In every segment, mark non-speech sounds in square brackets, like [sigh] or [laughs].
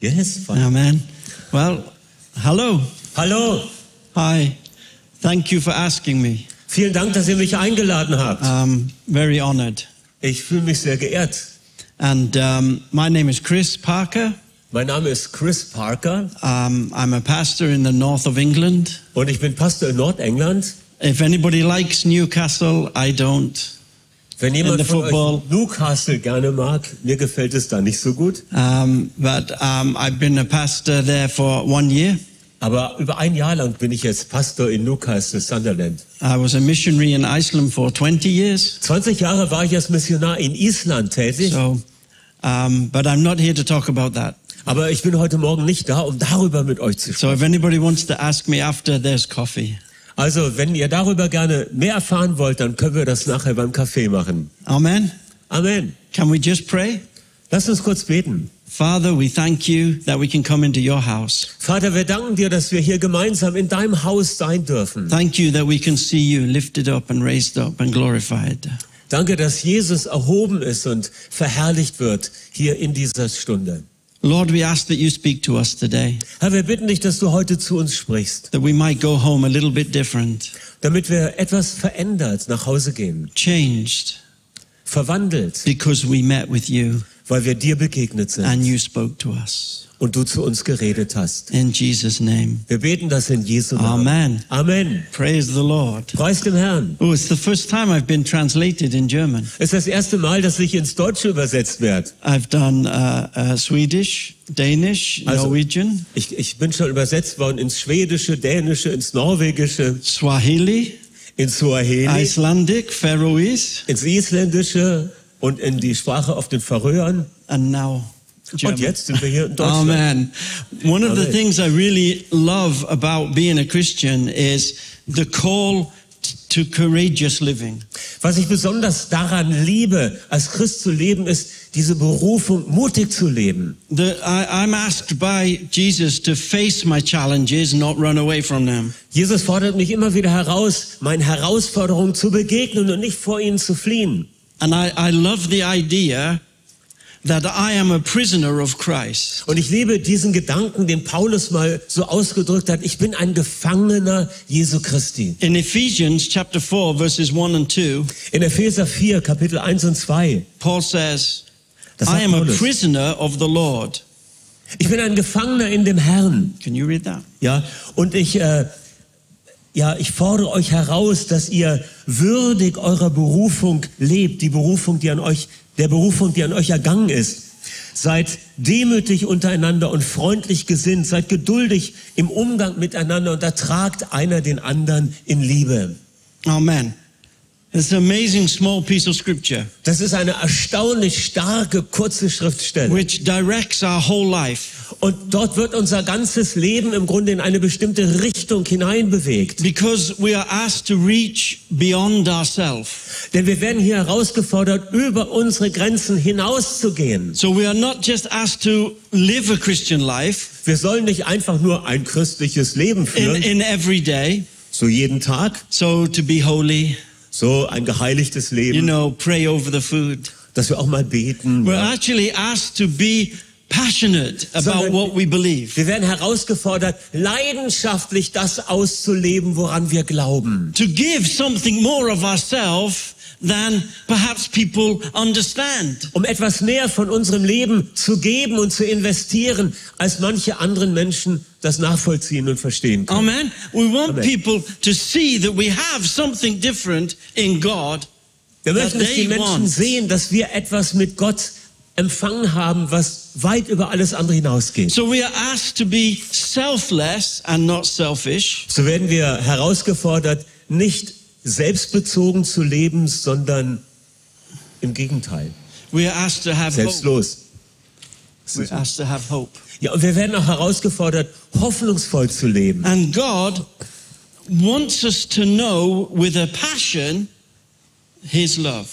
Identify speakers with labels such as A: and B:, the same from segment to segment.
A: Yes, fine.
B: Amen. Well, hello.
A: Hallo,
B: Hi. Thank you for asking me.
A: vielen Dank, dass ihr mich eingeladen habt.
B: I'm very honored.
A: Ich fühle mich sehr geehrt.
B: And um, my name is Chris Parker.
A: Mein Name ist Chris Parker
B: Um, I'm a pastor in the north of England.
A: und ich bin Pastor in Nordengland.
B: If anybody likes Newcastle, I don't.
A: Wenn jemand
B: In the
A: von euch
B: football.
A: Newcastle gerne mag, mir gefällt es da nicht so gut.
B: Um, but um, I've been a pastor there for one year.
A: Aber über ein Jahr lang bin ich jetzt Pastor in Newcastle, Sunderland.
B: I was a missionary in Iceland for 20 years.
A: 20 Jahre war ich als Missionar in Island tätig.
B: So, um, but I'm not here to talk about that.
A: Aber ich bin heute Morgen nicht da, um darüber mit euch zu sprechen.
B: So if anybody wants to ask me after, there's coffee.
A: Also, wenn ihr darüber gerne mehr erfahren wollt, dann können wir das nachher beim Kaffee machen.
B: Amen.
A: Amen.
B: Can we just pray?
A: Lass uns kurz beten.
B: Father, we thank you that we can come into your house.
A: Vater, wir danken dir, dass wir hier gemeinsam in deinem Haus sein dürfen.
B: Thank you that we can see you lifted up and raised up and glorified.
A: Danke, dass Jesus erhoben ist und verherrlicht wird hier in dieser Stunde.
B: Lord, we ask that you speak to us today,
A: Herr, wir bitten dich, dass du heute zu uns sprichst,
B: that we might go home a little bit different,
A: damit wir etwas verändert nach Hause gehen,
B: changed,
A: verwandelt,
B: because we met with you
A: weil wir dir begegnet sind
B: and you spoke to us.
A: und du zu uns geredet hast.
B: In Jesus' name.
A: Wir beten das in Jesu Namen.
B: Amen.
A: Amen.
B: Praise the Lord.
A: Preis dem Herrn.
B: Oh, it's the first time I've been translated in German.
A: Es ist das erste Mal, dass ich ins Deutsche übersetzt werde.
B: I've done uh, uh, Swedish, Danish,
A: Also-
B: Norwegian,
A: Ich, ich bin schon übersetzt worden ins Schwedische, Dänische, ins Norwegische,
B: Swahili,
A: ins Swahili,
B: Icelandic, Faroese,
A: ins Isländische und in die Sprache auf den Färöern.
B: and now German.
A: Und jetzt sind wir hier in Deutschland.
B: Amen. One of the
A: Amen.
B: things I really love about being a Christian is the call t- to courageous living.
A: Was ich besonders daran liebe, als Christ zu leben, ist diese Berufung, mutig zu leben.
B: The, I, I'm asked by Jesus to face my challenges, not run away from them.
A: Jesus fordert mich immer wieder heraus, meinen Herausforderungen zu begegnen und nicht vor ihnen zu fliehen.
B: And I, I love the idea that I am a prisoner of Christ.
A: Und ich liebe diesen Gedanken, den Paulus mal so ausgedrückt hat, ich bin ein Gefangener Jesu Christi.
B: In Ephesians chapter 4, verses 1 and 2,
A: In Epheser 4, Kapitel 1 und 2,
B: Paul says,
A: das
B: I
A: sagt
B: am a
A: Paulus,
B: prisoner of the Lord.
A: ich bin ein Gefangener in dem Herrn.
B: Can you read that?
A: Ja, und ich, äh, ja, ich fordere euch heraus, dass ihr würdig eurer Berufung lebt, die Berufung, die an euch, der Berufung, die an euch ergangen ist. Seid demütig untereinander und freundlich gesinnt, seid geduldig im Umgang miteinander und ertragt einer den anderen in Liebe.
B: Amen. It's an amazing small piece of scripture
A: Das ist eine erstaunlich starke, kurze Schriftstelle.
B: which directs our whole life
A: Und dort wird unser ganzes Leben im Grunde in eine bestimmte Richtung hineinbewegt.
B: because we are asked to reach beyond ourselves.
A: Denn wir werden hier herausgefordert, über unsere Grenzen hinauszugehen.
B: So we are not just asked to live a Christian life
A: Wir sollen nicht einfach nur ein christliches Leben
B: in,
A: führen,
B: in every day.
A: so jeden Tag,
B: So to be holy,
A: so ein geheiligtes
B: you
A: Leben,
B: know, pray over the food.
A: dass wir auch mal beten.
B: We're
A: Ja.
B: actually asked to be passionate about
A: Sondern-
B: what we believe,
A: Wir werden herausgefordert, leidenschaftlich das auszuleben, woran wir glauben.
B: to give something more of ourselves than perhaps people understand.
A: Um etwas mehr von unserem Leben zu geben und zu investieren, als manche anderen Menschen das nachvollziehen und verstehen können.
B: Amen. We want
A: Amen.
B: people to see that we have something different in God.
A: Wir möchten, dass die
B: they
A: Menschen
B: want.
A: sehen, dass wir etwas mit Gott empfangen haben, was weit über alles andere hinausgeht.
B: So we are asked to be selfless and not selfish,
A: So werden wir herausgefordert, nicht selbstbezogen zu leben, sondern im Gegenteil,
B: we are asked to have hope.
A: selbstlos.
B: We're asked to have hope.
A: Ja, und wir werden auch herausgefordert, hoffnungsvoll zu leben.
B: And God wants us to know with a passion his love.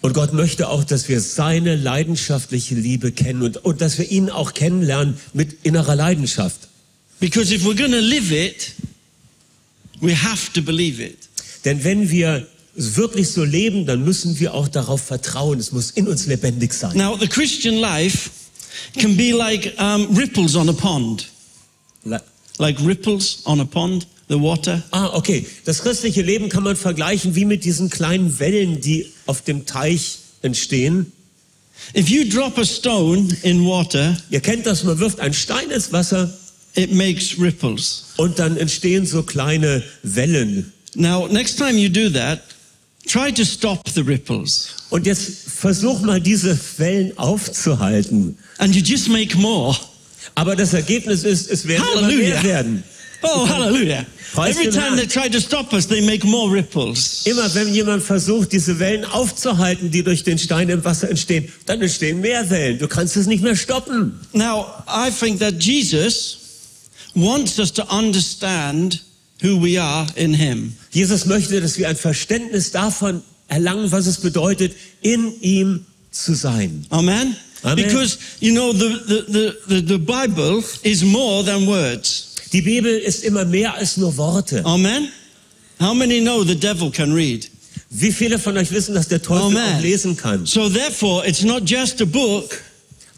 A: Und Gott möchte auch, dass wir seine leidenschaftliche Liebe kennen und, und dass wir ihn auch kennenlernen mit innerer Leidenschaft.
B: Because if we're going to live it, we have to believe it.
A: Denn wenn wir wirklich so leben, dann müssen wir auch darauf vertrauen. Es muss in uns lebendig sein.
B: Now, the Christian life can be like um, ripples on a pond.
A: Le-
B: Like ripples on a pond, the water.
A: Ah, okay. Das christliche Leben kann man vergleichen wie mit diesen kleinen Wellen, die auf dem Teich entstehen.
B: If you drop a stone in water,
A: Ihr kennt das, man wirft einen Stein ins Wasser
B: it makes ripples.
A: und dann entstehen so kleine Wellen.
B: Now, next time you do that, try to stop the ripples.
A: Und jetzt versuch mal, diese Wellen aufzuhalten.
B: And you just make more. [laughs]
A: Aber das Ergebnis ist, es werden immer mehr
B: Halleluja.
A: werden.
B: Oh, hallelujah.
A: Praise
B: Every
A: the
B: time
A: Lord.
B: they try to stop us, they make more ripples.
A: Immer wenn jemand versucht, diese Wellen aufzuhalten, die durch den Stein im Wasser entstehen, dann entstehen mehr Wellen. Du kannst es nicht mehr stoppen.
B: Now, I think that Jesus wants us to understand who we are in Him.
A: Jesus möchte, dass wir ein Verständnis davon erlangen, was es bedeutet, in ihm zu sein.
B: Amen?
A: Amen.
B: Because, you know, the, the, the, the, the Bible is more than words.
A: Die Bibel ist immer mehr als nur Worte.
B: Amen? How many know the devil can read?
A: Wie viele von euch wissen, dass der Teufel
B: Amen.
A: auch lesen kann?
B: So, therefore, it's not just a book,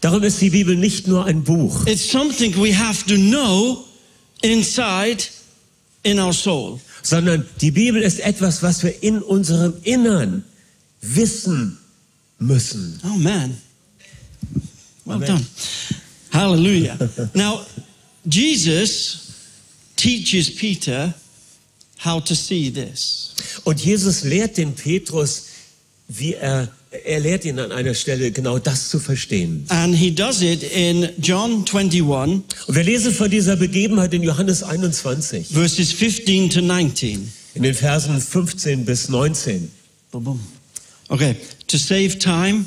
A: Darum ist die Bibel nicht nur ein Buch.
B: it's something we have to know inside in our soul.
A: sondern die Bibel ist etwas, was wir in unserem Innern wissen müssen.
B: Oh man. Well
A: Amen.
B: done. [laughs] Hallelujah. now, Jesus teaches Peter how to see this.
A: Und Jesus lehrt den Petrus, wie er, er lehrt ihn an einer Stelle genau das zu verstehen.
B: And he does it in John 21,
A: Und wir lesen von dieser Begebenheit in Johannes 21,
B: verses 15 to 19.
A: in den Versen 15 bis 19.
B: Boom, boom. Okay, to save time,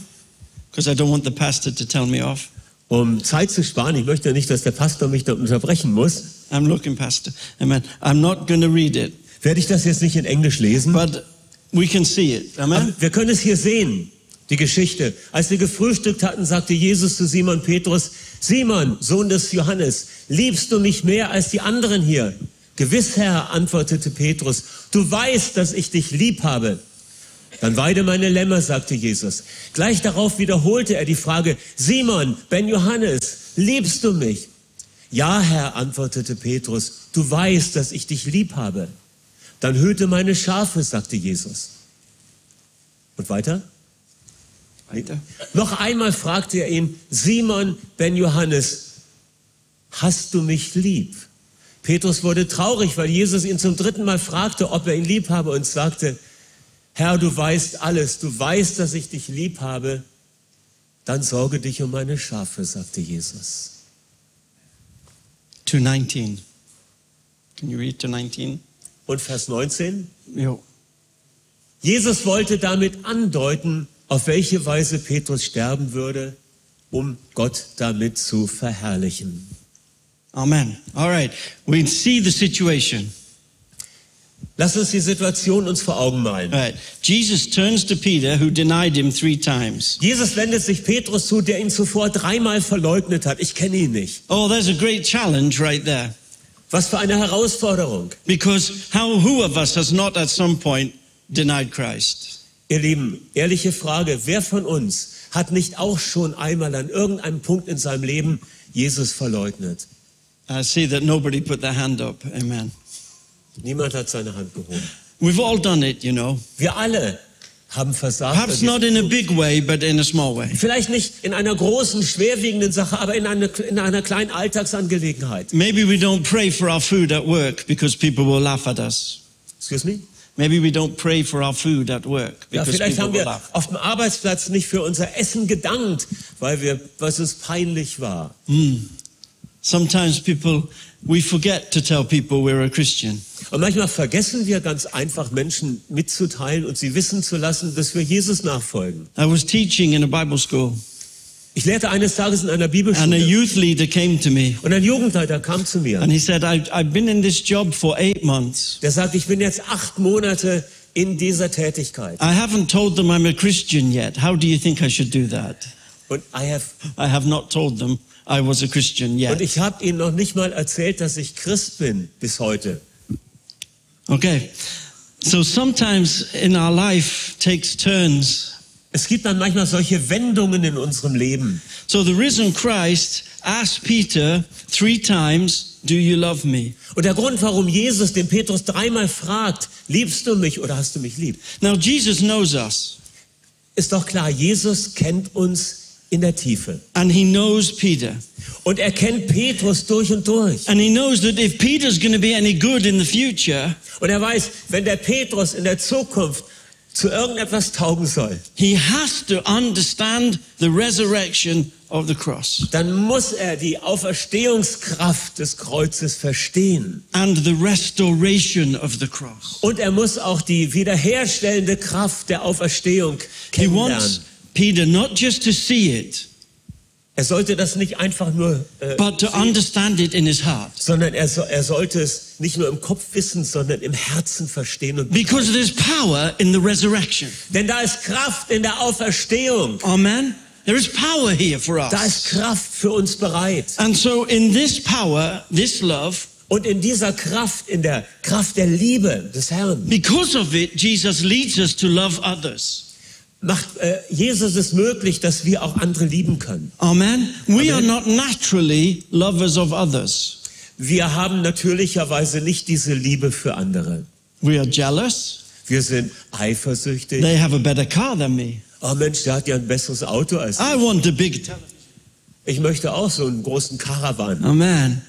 B: because I don't want the pastor to tell me off.
A: Um Zeit zu sparen, ich möchte ja nicht, dass der Pastor mich da unterbrechen muss,
B: I'm looking, Pastor. Amen. I'm not going to read it,
A: werde ich das jetzt nicht in Englisch lesen.
B: but we can see it. Amen.
A: Aber wir können es hier sehen, die Geschichte. Als sie gefrühstückt hatten, sagte Jesus zu Simon Petrus, Simon, Sohn des Johannes, liebst du mich mehr als die anderen hier? Gewiss, Herr, antwortete Petrus, du weißt, dass ich dich lieb habe. Dann weide meine Lämmer, sagte Jesus. Gleich darauf wiederholte er die Frage, Simon, Ben Johannes, liebst du mich? Ja, Herr, antwortete Petrus, du weißt, dass ich dich lieb habe. Dann hüte meine Schafe, sagte Jesus. Und weiter?
B: Weiter.
A: Noch einmal fragte er ihn, Simon ben Johannes, hast du mich lieb? Petrus wurde traurig, weil Jesus ihn zum dritten Mal fragte, ob er ihn lieb habe und sagte, Herr, du weißt alles, du weißt, dass ich dich lieb habe, dann sorge dich um meine Schafe, sagte Jesus.
B: To 19. Can you read to 19?
A: Und Vers 19?
B: Yeah.
A: Jesus wollte damit andeuten, auf welche Weise Petrus sterben würde, um Gott damit zu verherrlichen.
B: Amen. All right. We see the situation.
A: Lass uns die Situation uns vor Augen malen.
B: All right. Jesus turns to Peter, who denied him three times.
A: Jesus wendet sich Petrus zu, der ihn zuvor dreimal verleugnet hat. Ich kenne ihn nicht.
B: Oh, there's a great challenge right there.
A: Was für eine Herausforderung.
B: Because how who of us has not at some point denied Christ?
A: Ihr Lieben, ehrliche Frage, wer von uns hat nicht auch schon einmal an irgendeinem Punkt in seinem Leben Jesus verleugnet?
B: I see that nobody put their hand up. Amen.
A: Niemand hat seine Hand gehoben.
B: We've all done it, you know.
A: Wir alle haben versagt.
B: Perhaps not in a big way, but in a small way.
A: Vielleicht nicht in einer großen, schwerwiegenden Sache, aber in einer, in einer kleinen Alltagsangelegenheit.
B: Maybe we don't pray for our food at work because people will laugh at us.
A: Excuse me?
B: Maybe we don't pray for our food at work
A: Ja,
B: because
A: vielleicht
B: people
A: haben
B: will
A: wir
B: laugh.
A: auf dem Arbeitsplatz nicht für unser Essen gedankt, weil wir, was uns peinlich war.
B: Sometimes people, we forget to tell people we're a Christian.
A: Und manchmal vergessen wir ganz einfach Menschen mitzuteilen und sie wissen zu lassen, dass wir Jesus nachfolgen.
B: I was teaching in a Bible school
A: Ich lehrte eines Tages in einer
B: and a
A: Bibelschule
B: youth leader came to me
A: und ein Jugendleiter kam zu mir.
B: and he said, I, I've been in this job for eight months.
A: Der sagt, ich bin jetzt acht Monate in dieser Tätigkeit.
B: I haven't told them I'm a Christian yet. How do you think I should do that?
A: Und, I have,
B: I have not told them I was a Christian
A: und
B: yet.
A: ich habe ihnen noch nicht mal erzählt, dass ich Christ bin bis heute.
B: Okay. So sometimes in our life takes turns
A: Es gibt dann manchmal solche Wendungen in unserem Leben.
B: So the risen Christ asked Peter three times, Do you love me?
A: Und der Grund, warum Jesus den Petrus dreimal fragt, liebst du mich oder hast du mich lieb,
B: Now Jesus knows us
A: ist doch klar, Jesus kennt uns in der Tiefe.
B: and he knows Peter.
A: Und er kennt Petrus durch und durch.
B: And he knows that if Peter's going to be any good in the future,
A: Und er weiß, wenn der Petrus in der Zukunft zu irgendetwas taugen soll,
B: he has to understand the resurrection of the cross
A: dann muss er die Auferstehungskraft des Kreuzes verstehen.
B: and the restoration of the cross.
A: Und er muss auch die wiederherstellende Kraft der Auferstehung
B: He
A: kennenlernen.
B: wants Peter not just to see it,
A: Er sollte das nicht einfach nur, äh,
B: but to understand it in his heart.
A: sondern er, so, er sollte es nicht nur im Kopf wissen, sondern im Herzen verstehen. Und,
B: Because there's power in the resurrection.
A: denn da ist Kraft in der Auferstehung.
B: Amen. There is power here for
A: Da ist
B: us.
A: Kraft für uns bereit.
B: And so, in this power, this love,
A: Und in dieser Kraft, in der Kraft der Liebe des Herrn,
B: because of it, Jesus leads us to love others.
A: macht äh, Jesus es möglich, dass wir auch andere lieben können.
B: Amen. We are not naturally lovers of others.
A: Wir haben natürlicherweise nicht diese Liebe für andere.
B: We are jealous.
A: Wir sind eifersüchtig.
B: They have a better car than me.
A: Oh Mensch, der hat ja ein besseres Auto als ich.
B: I want the big. T-
A: Ich möchte auch so einen großen Karawan.
B: Amen.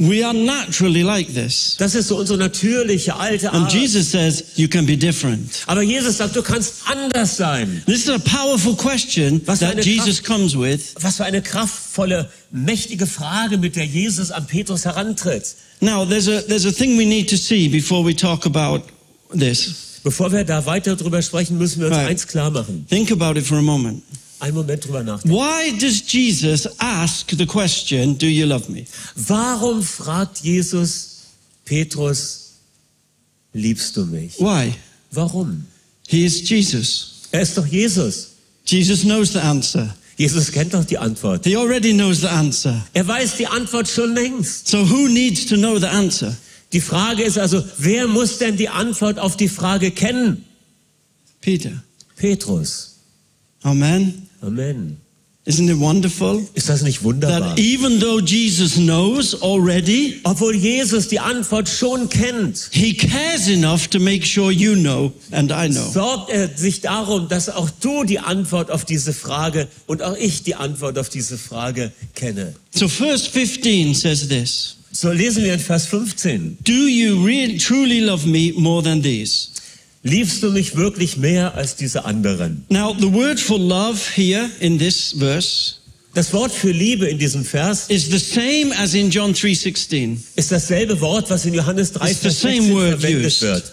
B: We are naturally like this.
A: Das ist so unsere natürliche alte
B: And
A: Art.
B: Jesus says, You can be different.
A: Aber Jesus sagt, du kannst anders sein.
B: This is a powerful question
A: Was für
B: that
A: eine
B: Jesus comes with.
A: Was für eine kraftvolle, mächtige Frage, mit der Jesus an Petrus herantritt.
B: Now, there's a, there's a thing we need to see before we talk about this.
A: Bevor wir da weiter drüber sprechen, müssen wir uns
B: Nein.
A: eins klar machen.
B: Think about it for a moment.
A: Einen Moment drüber nachdenken.
B: Why does Jesus ask the question, Do you love me?
A: Warum fragt Jesus Petrus, liebst du mich?
B: Why?
A: Warum?
B: He is Jesus.
A: Er ist doch Jesus.
B: Jesus knows the answer.
A: Jesus kennt doch die Antwort.
B: He already knows the answer.
A: Er weiß die Antwort schon längst.
B: So, who needs to know the answer?
A: Die Frage ist also, wer muss denn die Antwort auf die Frage kennen?
B: Peter.
A: Petrus.
B: Amen.
A: Amen.
B: Isn't it wonderful
A: Ist das nicht wunderbar?
B: that even though Jesus knows already,
A: Obwohl Jesus die Antwort schon kennt,
B: he cares enough to make sure you know and I know?
A: sorgt er sich darum, dass auch du die Antwort auf diese Frage und auch ich die Antwort auf diese Frage kenne.
B: So, verse 15 says this.
A: So lesen wir in Vers 15.
B: Do you really, truly love me more than these?
A: Liebst du mich wirklich mehr als diese anderen?
B: Now, the word for love here in this verse
A: Das Wort für Liebe in diesem Vers
B: is the same as in John 3:16.
A: ist dasselbe Wort, was in Johannes 3,
B: It's the
A: Vers
B: same
A: 16
B: word
A: verwendet
B: used.
A: wird.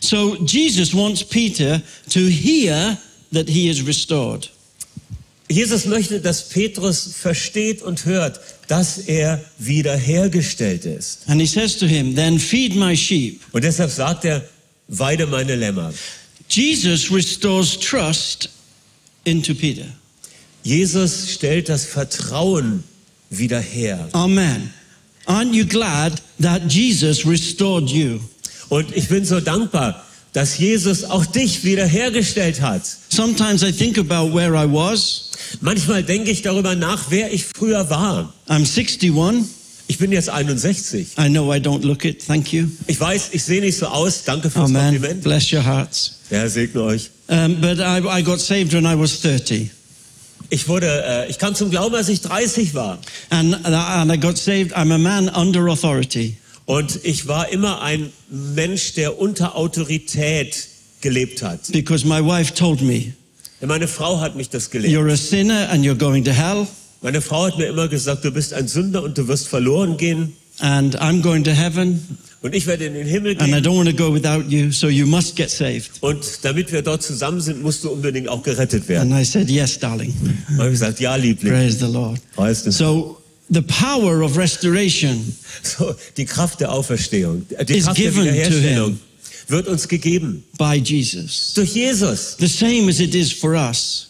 B: So Jesus wants Peter to hear that he is restored.
A: Jesus möchte, dass Petrus versteht und hört, dass er wiederhergestellt ist.
B: And he says to him, "Then feed my sheep."
A: Und deshalb sagt er, weide meine Lämmer.
B: Jesus restores trust into Peter.
A: Jesus stellt das Vertrauen wieder her.
B: Amen. Aren't you glad that Jesus restored you?
A: Und ich bin so dankbar, dass Jesus auch dich wiederhergestellt hat.
B: Sometimes I think about where I was.
A: Manchmal denke ich darüber nach, wer ich früher war.
B: I'm 61.
A: Ich bin jetzt 61.
B: I know I don't look it. Thank you.
A: Ich weiß, ich sehe nicht so aus. Danke fürs
B: Amen.
A: Kompliment.
B: Bless your hearts.
A: Der Herr segne euch.
B: Um, but I, I got saved when I was 30.
A: Ich wurde, äh, ich kam zum Glauben, als ich 30 war.
B: And, uh, and I got saved. I'm a man under authority.
A: Und ich war immer ein Mensch, der unter Autorität gelebt hat.
B: Because my wife told me,
A: Denn Meine Frau hat mich das gelehrt.
B: You're a sinner and you're going to hell.
A: Meine Frau hat mir immer gesagt, du bist ein Sünder und du wirst verloren gehen.
B: And I'm going to heaven.
A: Und ich werde in den Himmel
B: And I
A: gehen.
B: don't want to go without you. So you must get saved.
A: Und damit wir dort zusammen sind, musst du unbedingt auch gerettet werden.
B: And I said, Yes, darling.
A: Und ich gesagt, ja, Liebling.
B: Praise the Lord.
A: Preis des-
B: So the power of restoration
A: So, die Kraft der Auferstehung, äh, die
B: Is
A: Kraft der
B: given to
A: Wiederherstellung wird uns gegeben
B: by Jesus,
A: durch Jesus.
B: the same as it is for us.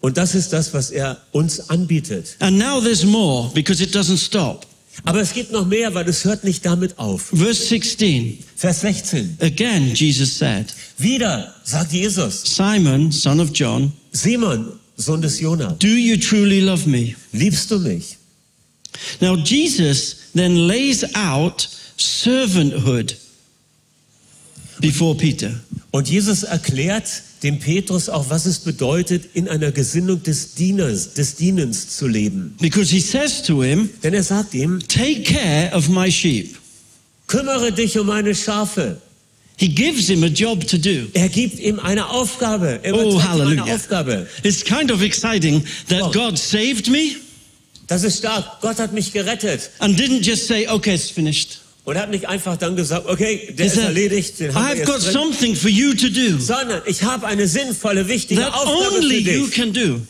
A: Und das ist das, was er uns anbietet.
B: And now there's more because it doesn't stop.
A: Aber es gibt noch mehr, weil es hört nicht damit auf.
B: Verse 16,
A: Vers 16.
B: again, Jesus said,
A: Wieder sagt Jesus,
B: Simon, son of John,
A: Simon, Sohn des Jona,
B: do you truly love me?
A: liebst du mich?
B: Now, Jesus then lays out servanthood before Peter.
A: Und Jesus erklärt dem Petrus auch, was es bedeutet, in einer Gesinnung des Dieners, des Dienens zu leben.
B: Because he says to him,
A: Denn er sagt ihm,
B: Take care of my sheep.
A: kümmere dich um meine Schafe.
B: He gives him a job to do.
A: Er gibt ihm eine Aufgabe. Er
B: Oh,
A: überträgt ihm eine
B: hallelujah.
A: Aufgabe.
B: It's kind of exciting that
A: Oh.
B: God saved me
A: Das ist stark. Gott hat mich gerettet
B: and didn't just say, Okay, it's finished.
A: und hat nicht einfach dann gesagt, okay, der
B: He
A: ist
B: said,
A: erledigt, den haben wir
B: I've
A: jetzt
B: got
A: drin.
B: something for you to do
A: sondern ich habe eine sinnvolle, wichtige
B: that
A: Aufgabe
B: only
A: für
B: you
A: dich.
B: can do.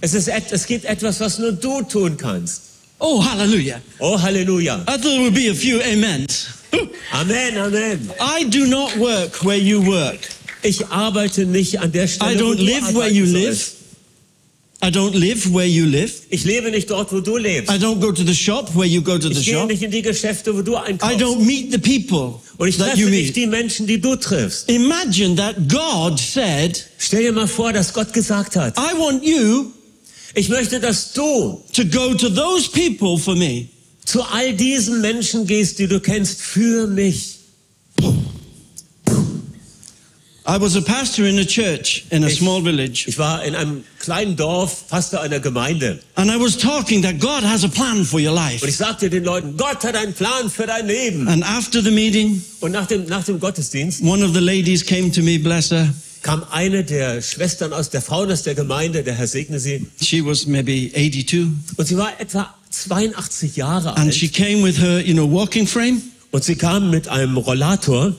A: Es, ist et, es gibt etwas, was nur du tun kannst.
B: Oh, hallelujah.
A: Oh, Halleluja.
B: I thought there would be a few amens.
A: Amen, Amen.
B: I do not work where you work.
A: Ich arbeite nicht an der Stelle,
B: I
A: wo
B: don't
A: du
B: live where
A: arbeiten
B: you
A: sollst.
B: live. I don't live where you live.
A: Ich lebe nicht dort, wo du lebst.
B: I don't go to the shop where you go to the
A: Ich gehe
B: shop.
A: nicht in die Geschäfte, wo du
B: I
A: einkaufst.
B: don't meet the people
A: Und ich
B: that
A: treffe
B: you
A: nicht
B: meet.
A: die Menschen, die du triffst.
B: Imagine that God said,
A: Stell dir mal vor, dass Gott gesagt hat,
B: I want you
A: ich möchte, dass du
B: to go to those people for me.
A: zu all diesen Menschen gehst, die du kennst, für mich.
B: I was a pastor in a church in a
A: Ich-
B: small village,
A: Ich war in einem kleinen Dorf, Pastor einer Gemeinde.
B: and I was talking that God has a plan for your
A: Und ich
B: life.
A: sagte den Leuten, Gott hat einen Plan für dein Leben.
B: And after the meeting,
A: Und nach dem, nach dem Gottesdienst
B: one of the ladies came to me, bless her.
A: kam eine der Schwestern aus der Frauen aus der Gemeinde, der Herr segne sie,
B: She was maybe 82,
A: und sie war etwa 82 Jahre
B: and she
A: alt.
B: came with her, you know, walking frame.
A: Und sie kam mit einem Rollator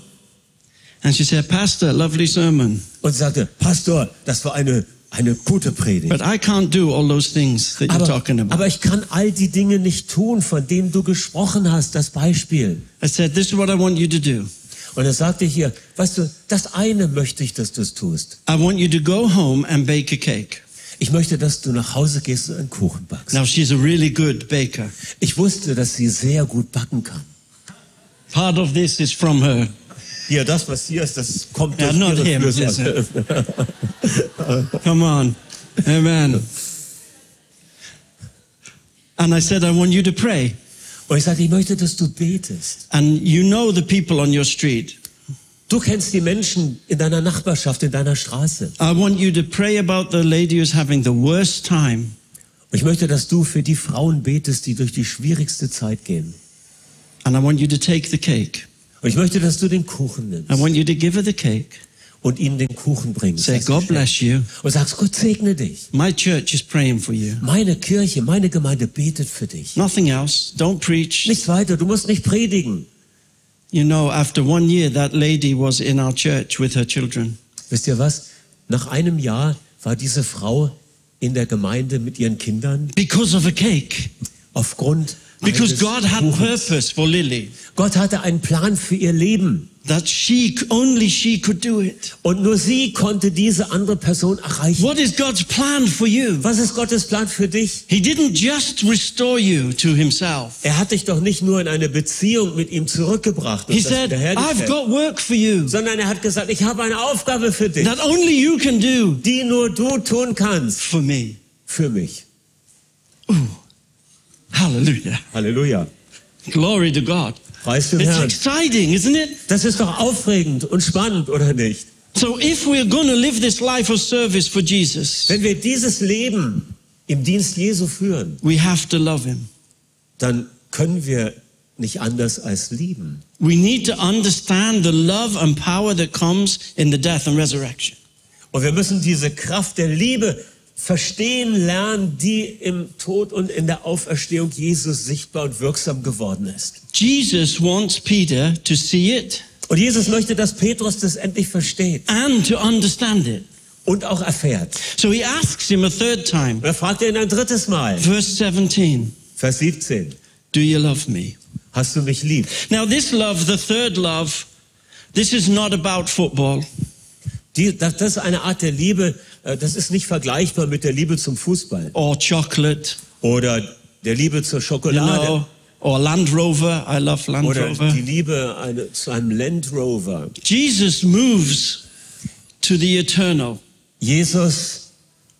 B: And she said, Pastor, lovely sermon,
A: und sagte, Pastor, das war eine, eine gute Predigt.
B: but I can't do all those things that you're
A: Aber,
B: talking about.
A: aber ich kann all die Dinge nicht tun, von denen du gesprochen hast, das Beispiel.
B: I said, This is what I want you to do.
A: Und er sagte hier, weißt du, das eine möchte ich, dass du es tust.
B: I want you to go home and bake a cake.
A: Ich möchte, dass du nach Hause gehst und einen Kuchen backst.
B: Now, she's a really good baker.
A: Ich wusste, dass sie sehr gut backen kann.
B: Part of this is from her.
A: Ja, das, was hier ist, das kommt
B: Ja,
A: durch
B: not
A: ihre
B: him,
A: Flüsse. [laughs]
B: Come on. Amen. And I said, I want you to pray.
A: Und ich sagte, ich möchte, dass du betest.
B: And you know the people on your street.
A: Du kennst die Menschen in deiner Nachbarschaft, in deiner Straße. Und
B: I want you to pray about the lady who's having the worst time.
A: ich möchte, dass du für die Frauen betest, die durch die schwierigste Zeit gehen.
B: And I want you to take the cake.
A: Und ich möchte, dass du den Kuchen
B: I
A: nimmst
B: want you to give her the cake.
A: und ihnen den Kuchen bringst.
B: Say, God bless you.
A: Und sagst, Gott segne dich.
B: My church is praying for you.
A: Meine Kirche, meine Gemeinde betet für dich.
B: Nothing else. Don't preach.
A: Nichts weiter, du musst nicht predigen.
B: You know, after one year, that lady was in our church with her children.
A: Wisst ihr was? Nach einem Jahr war diese Frau in der Gemeinde mit ihren Kindern
B: Because of a cake.
A: aufgrund
B: Because
A: eines
B: God had
A: Kuchens.
B: purpose for Lily.
A: Gott hatte einen Plan für ihr Leben
B: That she, only she could do it.
A: und nur sie konnte diese andere Person erreichen.
B: What is God's plan for you?
A: Was ist Gottes Plan für dich?
B: He didn't just restore you to himself.
A: Er hat dich doch nicht nur in eine Beziehung mit ihm zurückgebracht und
B: He
A: das
B: said, I've
A: wiederhergestellt,
B: got work for you
A: sondern er hat gesagt, ich habe eine Aufgabe für dich,
B: that only you can do
A: die nur du tun kannst
B: for me.
A: für mich.
B: Hallelujah.
A: Halleluja.
B: Glory to God.
A: Preis dem
B: It's
A: Herrn.
B: exciting, isn't it?
A: Das ist doch aufregend und spannend, oder nicht?
B: So if we're going to live this life of service for Jesus,
A: Wenn wir dieses Leben im Dienst Jesu führen,
B: we have to love him.
A: dann können wir nicht anders als lieben.
B: We need to understand the love and power that comes in the death and resurrection.
A: Und wir müssen diese Kraft der Liebe verstehen lernen, die im Tod und in der Auferstehung Jesus sichtbar und wirksam geworden ist.
B: Jesus wants Peter to see it
A: Und Jesus möchte, dass Petrus das endlich versteht
B: and to understand it.
A: und auch erfährt.
B: So he asks him a third time,
A: Und er fragt ihn ein drittes Mal,
B: verse 17,
A: Vers 17,
B: Do you love me?
A: hast du mich lieb?
B: Now, this love, the third love, this is not about football.
A: Die, das, das ist eine Art der Liebe, äh, das ist nicht vergleichbar mit der Liebe zum Fußball
B: or chocolate,
A: oder der Liebe zur
B: you
A: Schokolade.
B: know, or Land Rover. I love Land
A: oder
B: Rover.
A: die Liebe eine, zu einem Land Rover.
B: Jesus moves to the eternal
A: Jesus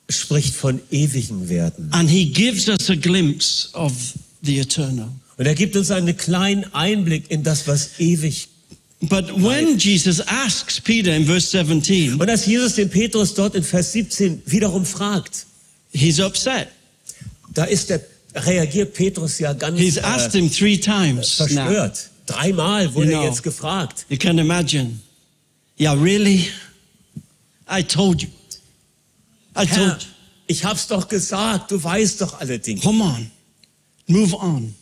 A: spricht von ewigen Werten.
B: and he gives us a glimpse of the eternal.
A: Und er gibt uns einen kleinen Einblick in das, was ewig
B: But when Jesus asks Peter in verse 17,
A: Und als Jesus den Petrus dort in Vers 17 wiederum fragt,
B: he's upset.
A: da ist der, reagiert Petrus ja ganz
B: He's asked
A: äh,
B: him three times now.
A: verstört. Dreimal wurde
B: Genau.
A: er jetzt gefragt.
B: You can imagine. Yeah, really? I told you. I
A: Herr,
B: told you.
A: ich hab's doch gesagt, du weißt doch alle Dinge.
B: Come on. Move on.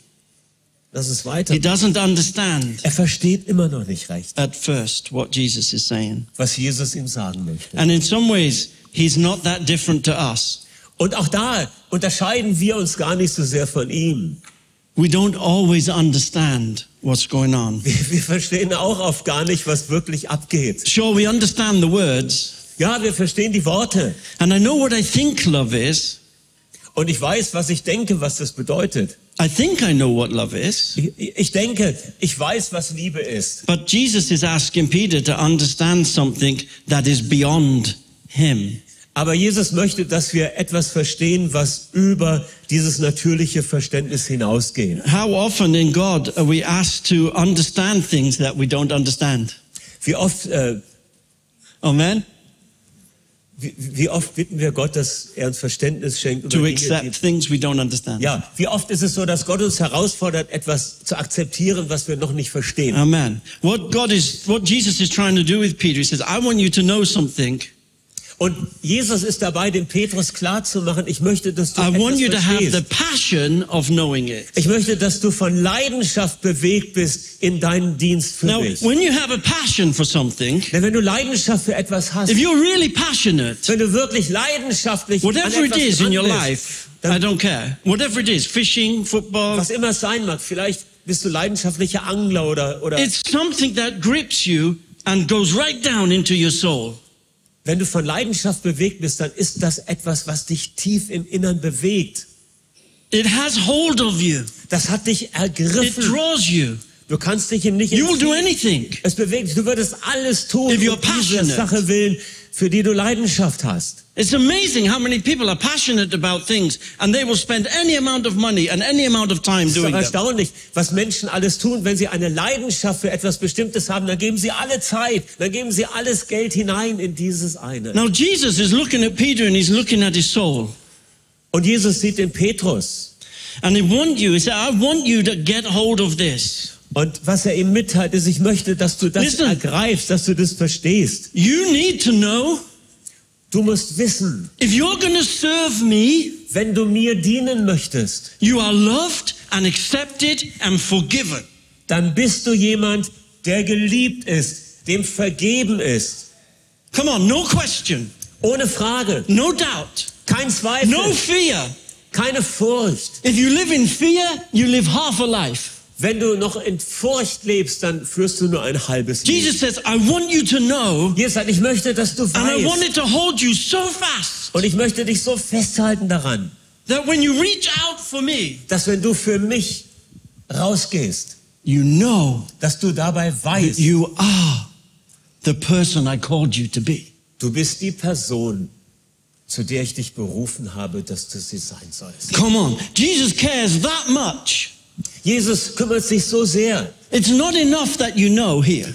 A: Lass es weiter.
B: He doesn't understand
A: Er versteht immer noch nicht recht,
B: at first what Jesus is saying.
A: was Jesus ihm sagen möchte.
B: And in some ways, he's not that different to us.
A: Und auch da unterscheiden wir uns gar nicht so sehr von ihm.
B: We don't always understand what's going on.
A: Wir, wir verstehen auch oft gar nicht, was wirklich abgeht.
B: Sure, we understand the words.
A: Ja, wir verstehen die Worte.
B: And I know what I think love is.
A: Und ich weiß, was ich denke, was das bedeutet.
B: I think I know what love is.
A: Ich, ich denke, ich weiß, was Liebe ist.
B: But Jesus is asking Peter to understand something that is beyond him.
A: Aber Jesus möchte, dass wir etwas verstehen, was über dieses natürliche Verständnis hinausgeht.
B: How often in God are we asked to understand things that we don't understand?
A: Wie oft, äh,
B: Amen?
A: wie, wie oft bitten wir Gott, dass er uns Verständnis schenkt? Über
B: To
A: Dinge,
B: accept
A: die,
B: things we don't understand.
A: ja, wie oft ist es so, dass Gott uns herausfordert, etwas zu akzeptieren, was wir noch nicht verstehen?
B: Amen. What God is, what Jesus is trying to do with Peter, he says, I want you to know something.
A: Und Jesus ist dabei, dem Petrus klarzumachen, ich möchte, dass du
B: I want you to
A: etwas
B: have the
A: verstehst.
B: passion of knowing it.
A: Ich möchte, dass du von Leidenschaft bewegt bist in deinen Dienst für
B: Now,
A: mich.
B: when you have a passion for something,
A: Denn wenn du Leidenschaft für etwas hast,
B: if you're really passionate,
A: Wenn du wirklich leidenschaftlich an
B: whatever it
A: etwas
B: is in your
A: dran
B: life,
A: bist,
B: I
A: dann,
B: don't care. Whatever it is, fishing, football,
A: was immer es sein mag, vielleicht bist du leidenschaftlicher Angler oder, oder
B: it's something that grips you and goes right down into your soul.
A: wenn du von Leidenschaft bewegt bist, dann ist das etwas, was dich tief im Innern bewegt.
B: It has hold of you.
A: Das hat dich
B: It
A: ergriffen.
B: draws you.
A: Du kannst dich ihm nicht
B: You will do
A: entziehen.
B: anything.
A: Es bewegt dich. Du würdest alles tun,
B: If you're
A: um diese
B: passionate.
A: Sache willen, für die du Leidenschaft hast.
B: It's amazing how many people are passionate about things and they will spend any amount of money and any amount of time
A: Es ist doch
B: doing them.
A: erstaunlich, was Menschen alles tun. Wenn sie eine Leidenschaft für etwas Bestimmtes haben, dann geben sie alle Zeit, dann geben sie alles Geld hinein in dieses eine.
B: Now Jesus is looking at Peter and he's looking at his soul.
A: Und Jesus sieht den Petrus.
B: And he want you, he said, I want you to get hold of this.
A: Und was er ihm mitteilt, ist, ich möchte, dass du das
B: Listen.
A: ergreifst, dass du das verstehst.
B: You need to know
A: Du musst wissen,
B: if you're going to serve me,
A: wenn du mir dienen möchtest,
B: you are loved and accepted and forgiven.
A: dann bist du jemand, der geliebt ist, dem vergeben ist.
B: Come on, no question,
A: Ohne Frage,
B: no doubt,
A: kein Zweifel,
B: no fear.
A: keine Furcht.
B: If you live in fear, you live half a life.
A: Wenn du noch in Furcht lebst, dann führst du nur ein halbes Leben.
B: Jesus says, I want you to know
A: Jesus sagt, ich möchte, dass du
B: And I
A: weißt.
B: wanted to hold you so fast
A: Und ich möchte dich so festhalten daran,
B: that when you reach out for me,
A: dass wenn du für mich rausgehst,
B: you know
A: dass du dabei
B: that
A: weißt,
B: you are the person I called you to be.
A: Du bist die Person, zu der ich dich berufen habe, dass du sie sein sollst.
B: Come on. Jesus cares that much.
A: Jesus kümmert sich so sehr.
B: It's not enough that you know here.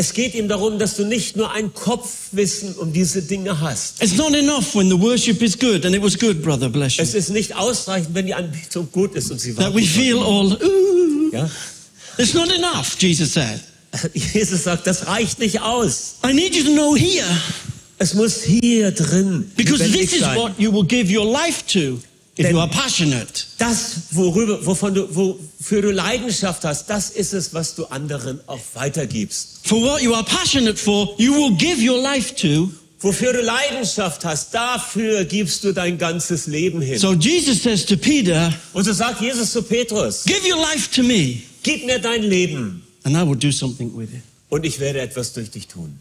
A: Es geht ihm darum, dass du nicht nur ein Kopfwissen um diese Dinge hast.
B: It's not enough when the worship is good, and it was good, brother, bless you,
A: Es ist nicht ausreichend, wenn die Anbetung gut ist und sie
B: that we
A: war.
B: feel all, ooh.
A: Ja? [laughs]
B: It's not enough, Jesus said.
A: Jesus sagt, das reicht nicht aus.
B: I need you to know here,
A: Es muss hier drin
B: because
A: lebendig
B: this is
A: sein.
B: what you will give your life to if
A: Then-
B: you are passionate.
A: Das, worüber, wovon du, wofür du Leidenschaft hast, das ist es, was du anderen auch weitergibst.
B: For what you are passionate for, you will give your life to.
A: Wofür du Leidenschaft hast, dafür gibst du dein ganzes Leben hin.
B: So Jesus says to Peter,
A: Und so sagt Jesus zu Petrus,
B: Give your life to me,
A: gib mir dein Leben
B: and I will do something with it.
A: und ich werde etwas durch dich tun.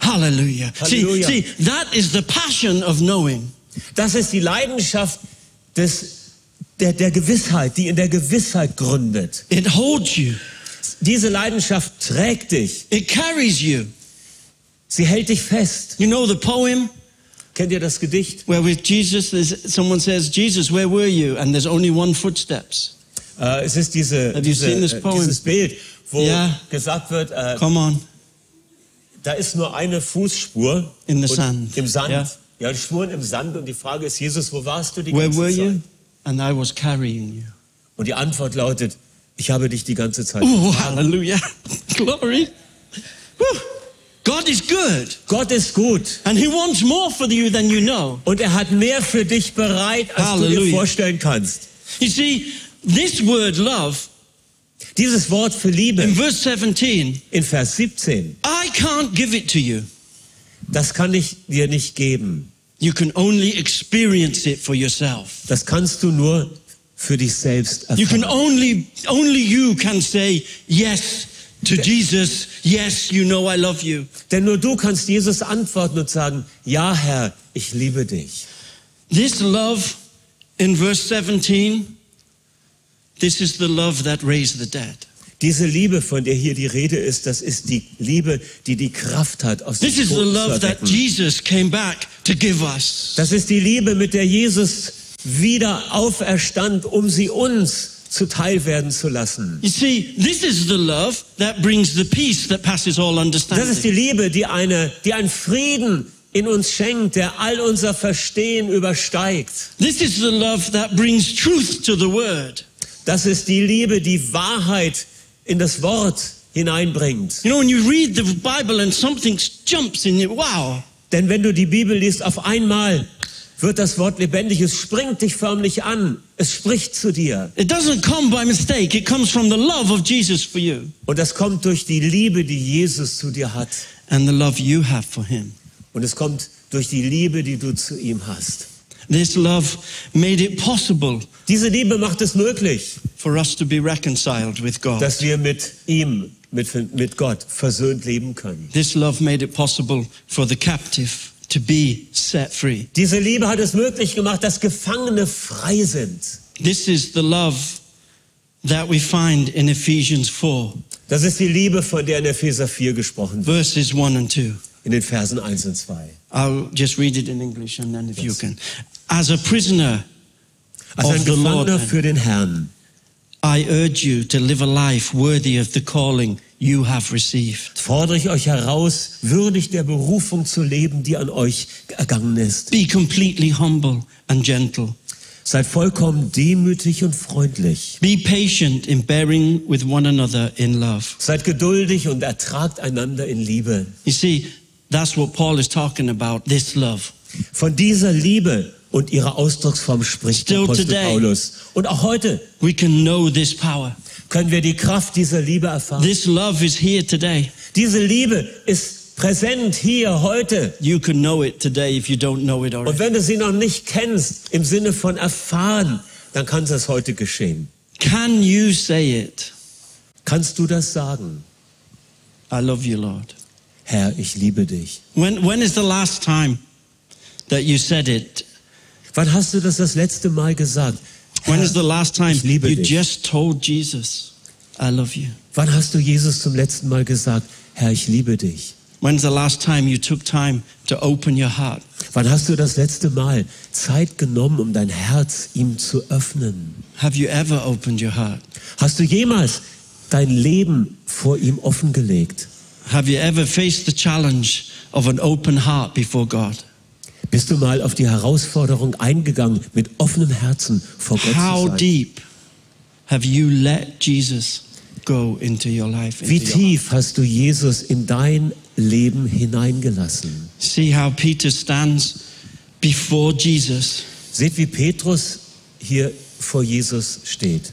B: Hallelujah.
A: Hallelujah.
B: See, see, that is the passion of knowing.
A: Das ist die Leidenschaft des, der, der Gewissheit, die in der Gewissheit gründet.
B: It holds you.
A: Diese Leidenschaft trägt dich.
B: It carries you.
A: Sie hält dich fest.
B: You know the poem
A: Kennt ihr das Gedicht?
B: where with Jesus, there's- someone says, Jesus, where were you? And there's only one footsteps.
A: Äh, es ist diese,
B: Have you
A: diese,
B: seen this
A: äh,
B: poem?
A: dieses Bild, wo
B: Ja.
A: gesagt wird, äh,
B: Come on.
A: da ist nur eine Fußspur
B: In the
A: und-
B: sand.
A: im Sand.
B: Ja.
A: Ja, Spuren im Sand und die Frage ist, Jesus, wo warst du die
B: Where
A: ganze
B: were
A: Zeit?
B: you? And I was carrying you.
A: Und die Antwort lautet, ich habe dich die ganze Zeit.
B: Oh, [laughs] hallelujah. Glory. Whew. God is good.
A: Gott ist gut
B: And He wants more for you than you know.
A: und er hat mehr für dich bereit, als du dir
B: Halleluja.
A: vorstellen kannst.
B: You see, this word love,
A: Dieses Wort für
B: in
A: Liebe
B: verse 17,
A: in Vers 17,
B: I can't give it to you.
A: das kann ich dir nicht geben.
B: You can only experience it for yourself.
A: Das kannst du nur für dich selbst
B: You can
A: erfahren.
B: only, only you can say yes to Jesus. Yes, you know I love you.
A: Denn nur du kannst Jesus antworten und sagen, ja Herr, ich liebe dich.
B: This love in verse 17, this is the love that raised the dead.
A: Diese Liebe, von der hier die Rede ist, das ist die Liebe, die die Kraft hat, aus dem
B: This is the
A: Toten zu
B: love that
A: erwecken.
B: Jesus came back to give us.
A: Das ist die Liebe, mit der Jesus wieder auferstand, um sie uns zuteil werden zu lassen.
B: You see, this is the love that brings the peace that passes all
A: Das ist die
B: understanding.
A: Liebe, die, eine, die einen Frieden in uns schenkt, der all unser Verstehen übersteigt.
B: This is the love that brings truth to the word.
A: Das ist die Liebe, die Wahrheit in das Wort hineinbringt.
B: You know, when you read the Bible and something jumps in you, wow,
A: Denn wenn du die Bibel liest, auf einmal wird das Wort lebendig. Es springt dich förmlich an. Es spricht zu dir.
B: it doesn't come by mistake. It comes from the love of Jesus for you
A: Und das kommt durch die Liebe, die Jesus zu dir hat.
B: and the love you have for him.
A: Und es kommt durch die Liebe, die du zu ihm hast.
B: This love made it possible
A: Diese Liebe macht es möglich,
B: for us to be reconciled with God.
A: dass wir mit ihm, mit, mit Gott versöhnt leben können.
B: This love made it possible for the captive to be set free.
A: Diese Liebe hat es möglich gemacht, dass Gefangene frei sind.
B: This is the love that we find in Ephesians 4,
A: Das ist die Liebe, von der in Epheser 4 gesprochen wird,
B: verses 1 and 2.
A: in den Versen 1 und 2.
B: I'll just read it in English and then if you can. As a prisoner,
A: Als
B: Of
A: ein
B: the Lord
A: Gefangener
B: then.
A: für den Herrn
B: I urge you to live a life worthy of the calling you have received.
A: fordere ich euch heraus, würdig der Berufung zu leben, die an euch ergangen ist.
B: Be completely humble and gentle.
A: Seid vollkommen demütig und freundlich.
B: Be patient in bearing with one another in love.
A: Seid geduldig und ertragt einander in Liebe.
B: You see, that's what Paul is talking about this love.
A: Von dieser Liebe und ihrer Ausdrucksform spricht der
B: Still
A: Apostel
B: today.
A: Paulus. Und auch heute
B: We can know this power.
A: können wir die Kraft dieser Liebe erfahren.
B: This love is here today.
A: Diese Liebe ist präsent hier heute.
B: You can know it today if you don't know it
A: Und
B: already.
A: wenn du sie noch nicht kennst, im Sinne von erfahren, dann kann es heute geschehen.
B: Can you say it?
A: Kannst du das sagen?
B: I love you, Lord.
A: Herr, ich liebe dich.
B: When, when is the last time that you said it?
A: Wann hast du das das letzte Mal gesagt?
B: When is the last time
A: Ich liebe
B: you
A: dich.
B: just told Jesus, I love you?
A: Wann hast du Jesus zum letzten Mal gesagt, Herr, ich liebe dich?
B: When's the last time you took time to open your heart?
A: Wann hast du das letzte Mal Zeit genommen, um dein Herz ihm zu öffnen?
B: Have you ever opened your heart?
A: Hast du jemals dein Leben vor ihm offengelegt?
B: Have you ever faced the challenge of an open heart before God?
A: Bist du mal auf die Herausforderung eingegangen, mit offenem Herzen vor Gott
B: How
A: zu sein?
B: deep have you let Jesus go into your life? into
A: Wie
B: your heart?
A: tief hast du Jesus in dein Leben hineingelassen?
B: See how Peter stands before Jesus,
A: Seht, wie Petrus hier vor Jesus steht.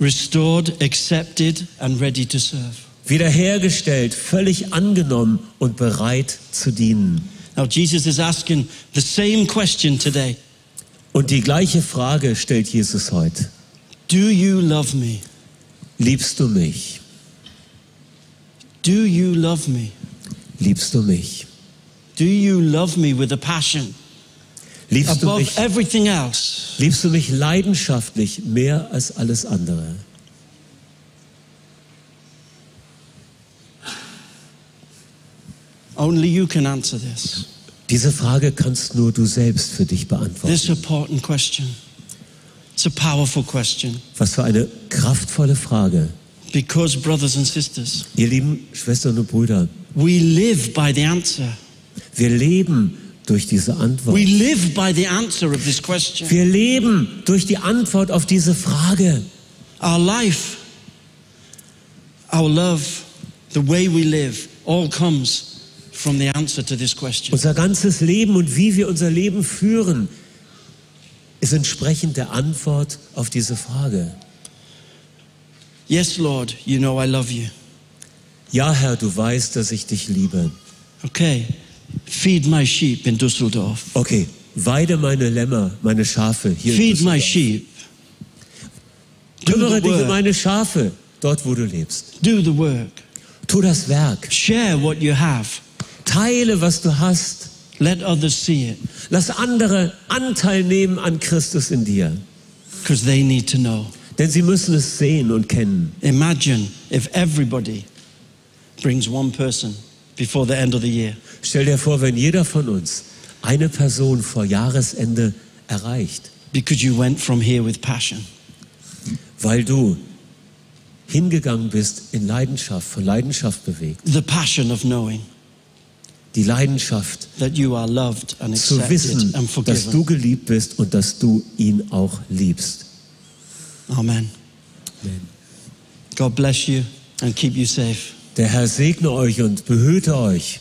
B: restored, accepted, and ready to serve.
A: wiederhergestellt, völlig angenommen und bereit zu dienen.
B: Now, Jesus is asking the same question today
A: Und die gleiche Frage stellt Jesus heute.
B: Do you love me?
A: Liebst du mich?
B: Do you love me?
A: Liebst du mich?
B: Do you love me with a passion?
A: Liebst du, mich,
B: above everything else.
A: liebst du mich leidenschaftlich mehr als alles andere?
B: Only you can answer this.
A: Diese Frage kannst nur du selbst für dich beantworten.
B: This important question. It's a powerful question
A: Was für eine kraftvolle Frage.
B: because, brothers and sisters,
A: Ihr lieben Schwestern und Brüder,
B: we live by the answer.
A: wir leben durch diese Antwort.
B: We live by the answer of this question.
A: Wir leben durch die Antwort auf diese Frage.
B: Our life, our love, the way we live, all comes from the answer to this question.
A: Unser ganzes Leben und wie wir unser Leben führen, ist entsprechend der Antwort auf diese Frage.
B: Yes, Lord, you know I love you.
A: Ja, Herr, du weißt, dass ich dich liebe.
B: Okay, feed my sheep in Dusseldorf.
A: Okay, weide meine Lämmer, meine Schafe hier. in
B: Feed my
A: Düsseldorf.
B: sheep. Do
A: Kümmere
B: the
A: dich um
B: work.
A: meine Schafe, dort wo du lebst.
B: Do the work.
A: Tu das Werk.
B: Share what you have.
A: Teile, was du hast.
B: Let others see it
A: Lass andere Anteil nehmen an Christus in dir.
B: because they need to know.
A: Denn sie müssen es sehen und kennen.
B: Imagine if everybody brings one person before the end of the year.
A: Stell dir vor, wenn jeder von uns eine Person vor Jahresende erreicht,
B: because you went from here with passion.
A: weil du hingegangen bist in Leidenschaft, von Leidenschaft bewegt.
B: The passion of knowing
A: Die Leidenschaft
B: that you are loved and
A: zu
B: accepted
A: wissen,
B: and
A: dass
B: forgiven.
A: du geliebt bist und dass du ihn auch liebst.
B: Amen. God bless you and keep you safe.
A: Der Herr segne euch und behüte euch.